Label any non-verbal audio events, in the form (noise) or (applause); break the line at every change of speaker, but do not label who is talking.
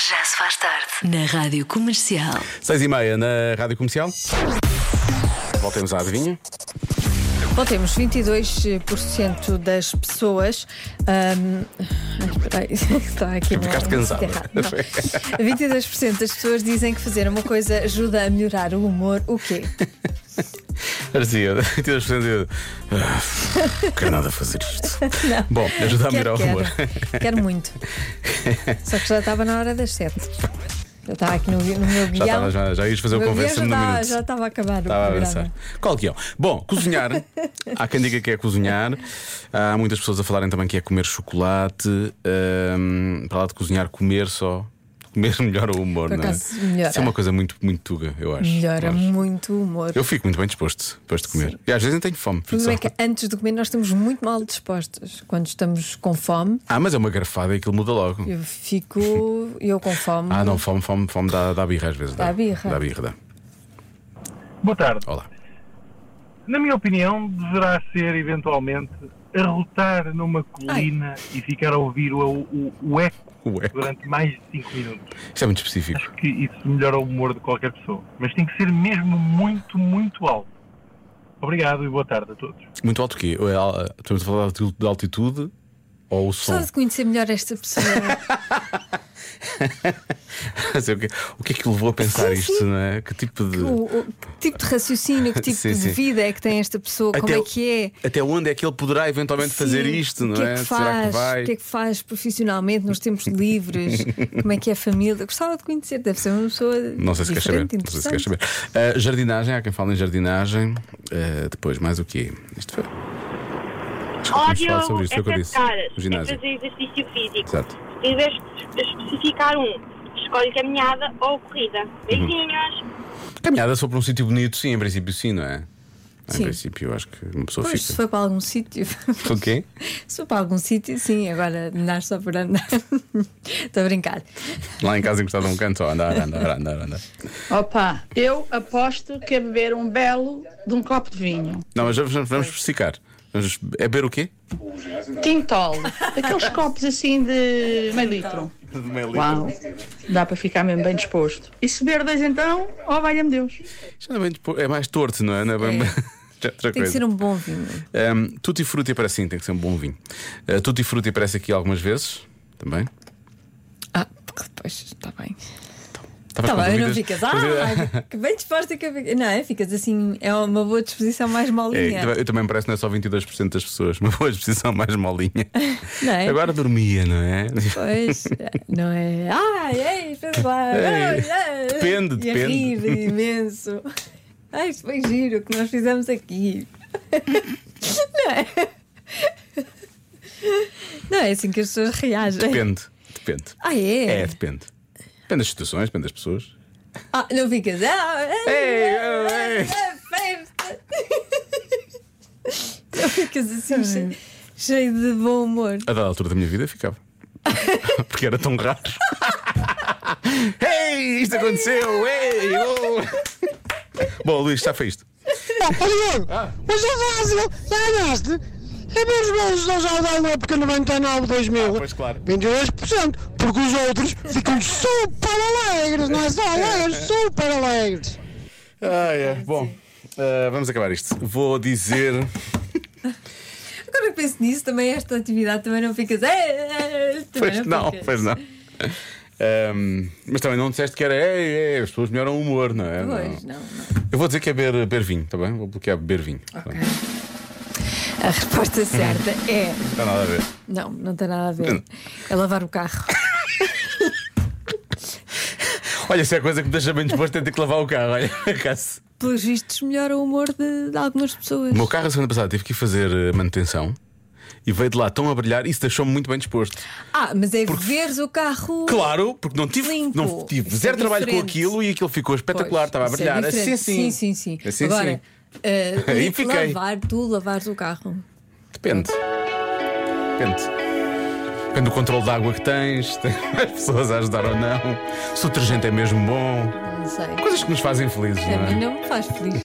Já se faz tarde.
Na Rádio Comercial.
Seis e meia na Rádio Comercial. Voltemos à adivinha.
Bom, temos 22% das pessoas. ahm, ai, espera aí, está aqui uma-
Ficaste
um
cansada.
sítio errado, não. 22% das pessoas dizem que fazer uma coisa ajuda a melhorar o humor. O quê?
(laughs) Parecia, tinha respondido. "Ah, Quero nada fazer
(laughs)
isto. Bom, ajudar a melhorar o humor. (laughs)
Quero, quero muito. Só que já estava na hora das 7. Já estava aqui no, no
Já,
meu guião.
estava, já, já ias fazer
O
o
meu guião já
convença-me no
estava-
minuto.
já estava a acabar o
Estava a
programa.
avançar. Qual guião? Bom, cozinhar. Há quem diga que é cozinhar. Há muitas pessoas a falarem também que é comer chocolate. Hum, para lá de cozinhar, comer só. Comer (laughs) melhora o humor,
Por
não é?
acaso, melhora.
Isso é uma coisa muito, muito tuga, eu acho.
Melhora
Mas
muito o humor.
Eu fico muito bem disposto depois de comer. E às vezes nem tenho fome.
O
fico
problema é
só-
que antes de comer nós estamos muito mal dispostos. Quando estamos com fome,
Ah, mas é uma garfada e aquilo muda logo.
eu fico. eu com fome.
Ah, não, fome, fome, fome dá, dá birra às vezes.
Dá birra.
Dá birra, dá.
Boa tarde.
Olá.
Na minha opinião, deverá ser eventualmente arrotar numa colina e ficar a ouvir o, o- o eco
Ué,
durante mais de 5 minutos.
isto é muito específico.
Acho que isso melhora o humor de qualquer pessoa. Mas tem que ser mesmo muito, muito alto. Obrigado e boa tarde a todos.
Muito alto o quê? Ou é al- Estamos a falar de alti- de altitude ou o som?
Gostava de conhecer melhor
(laughs)
esta pessoa.
Não sei o, quê. o que é que levou a pensar isto, não é? Que tipo de.
o, o- que tipo de raciocínio, que tipo
Sim,
de
sim.
vida é que tem esta pessoa, como
Até-
é que é.
Até onde é que ele poderá eventualmente fazer
Sim,
isto,
o
não
que
é?
é que
Será que
faz?
vai?
O que é que faz profissionalmente nos
(laughs)
tempos livres? como é que é a família? Gostava de conhecer, deve ser uma pessoa.
Não sei se queres saber.
diferente,
Não sei se queres
interessante.
saber. Ah, jardinagem, há quem fala em jardinagem. Ah, depois, mais o quê? Isto foi. Acho que podemos
Ódio
falar sobre isto, foi o que eu disse.
caras
O
é
ginásio.
fazer exercício físico.
Exato.
Se tiveres de especificar um, escolhe caminhada ou
Uhum.
corrida. Beijinhos!
Caminhada só para um sítio bonito, sim, em princípio, sim, não é? Em
Sim.
princípio, eu acho que uma pessoa
Pois, se
fica. (laughs)
foi para algum sítio.
O quê?
Se for para algum sítio, sim, agora andar só por andar. (laughs) Estou a brincar.
Lá em casa encostado a um canto, só andar, andar, andar, andar.
Opa, eu aposto que é beber um belo de um copo de vinho.
Não, mas vamos, vamos especificar. Vamos- É beber o quê?
Tintol, aqueles copos assim de meio litro. Uau, dá para ficar mesmo bem disposto. E se beber dois então, oh valha-me Deus.
Já não é bem dispo- É mais torto, não é? Não é bem- (laughs) Já é outra
Tem que
coisa.
ser um bom vinho.
Um, tutti Frutti aparece sim, tem que ser um bom vinho. Uh, tutti Frutti aparece aqui algumas vezes também.
Ah, porque depois está bem.
Estavas
Está
com
Tá bem, não
dúvidas?
ficas.
Pois é.
Ah, que bem disposta que eu fiquei. Não, é? ficas assim, é uma boa disposição
(laughs)
mais
É,
molinha.
eu também- eu também parece que não é só 22% das pessoas, (laughs) uma boa exposição mais molinha.
Não (laughs) é?
Agora dormia, não é?
Pois, não é? Ai, ei, fez lá.
Ei,
ai, ai.
depende,
e a
depende.
rir imenso. Ai, isto foi giro o que nós fizemos aqui. (laughs) Não é? Não é assim que as pessoas reagem.
Depende, depende.
Ah, é?
É, depende. Depende das situações, depende das pessoas.
Ah, não ficas. Ah,
Ei, ei.
é festa. (laughs) Não ficas assim cheio, cheio de bom humor.
A dada altura da minha vida ficava. (laughs) Porque era tão raro. (laughs) Ei, isto aconteceu! Ei!
(laughs)
oh. Bom, Luís, já foi isto.
Ó Diogo, mas já ganhaste, já ganhaste. É mesmo eles não já dão na época 99, 2000.
Ah, pois, claro.
22%, porque os outros ficam super alegres, não
(laughs)
é só alegres, super alegres.
Ah, é. Bom, ah, vamos acabar isto. Vou dizer. (laughs)
Agora que penso nisso, também esta atividade também não ficas. É, é, também
Pois não,
ficas.
pois não. Ahm, mas também não disseste que era. Ei, ei, as pessoas melhoram o humor, não é?
Pois,
Não.
não, não.
Eu vou dizer que é beber, beber vinho, está bem? Vou bloquear beber vinho.
A resposta certa é.
Não tem nada a ver.
Não, não tem nada a ver. É lavar o carro.
Olha, se é a coisa que me deixa bem disposto é ter que lavar o carro. Olha, acaso.
Pelos vistos, melhora o humor de, de algumas pessoas.
O meu carro, a semana passada, tive que ir fazer eh, manutenção e veio de lá tão a brilhar, isso deixou-me muito bem disposto.
Ah, mas é veres o carro.
Claro, porque não tive,
Limpo.
não tive
Isso é
zero trabalho com
diferente.
aquilo e aquilo ficou espetacular,
Pois,
estava a
isso é
brilhar.
diferente.
assim, sim.
Sim, sim, sim.
Assim,
Agora,
sim.
eh,
Aí fiquei.
lavar, tu lavares o carro.
Depende. Depende. Depende do controle de água que tens, (laughs) tem mais pessoas a ajudar ou não, se o detergente é mesmo bom.
Não sei.
Coisas que nos fazem felizes,
A
não é?
mim não me faz feliz.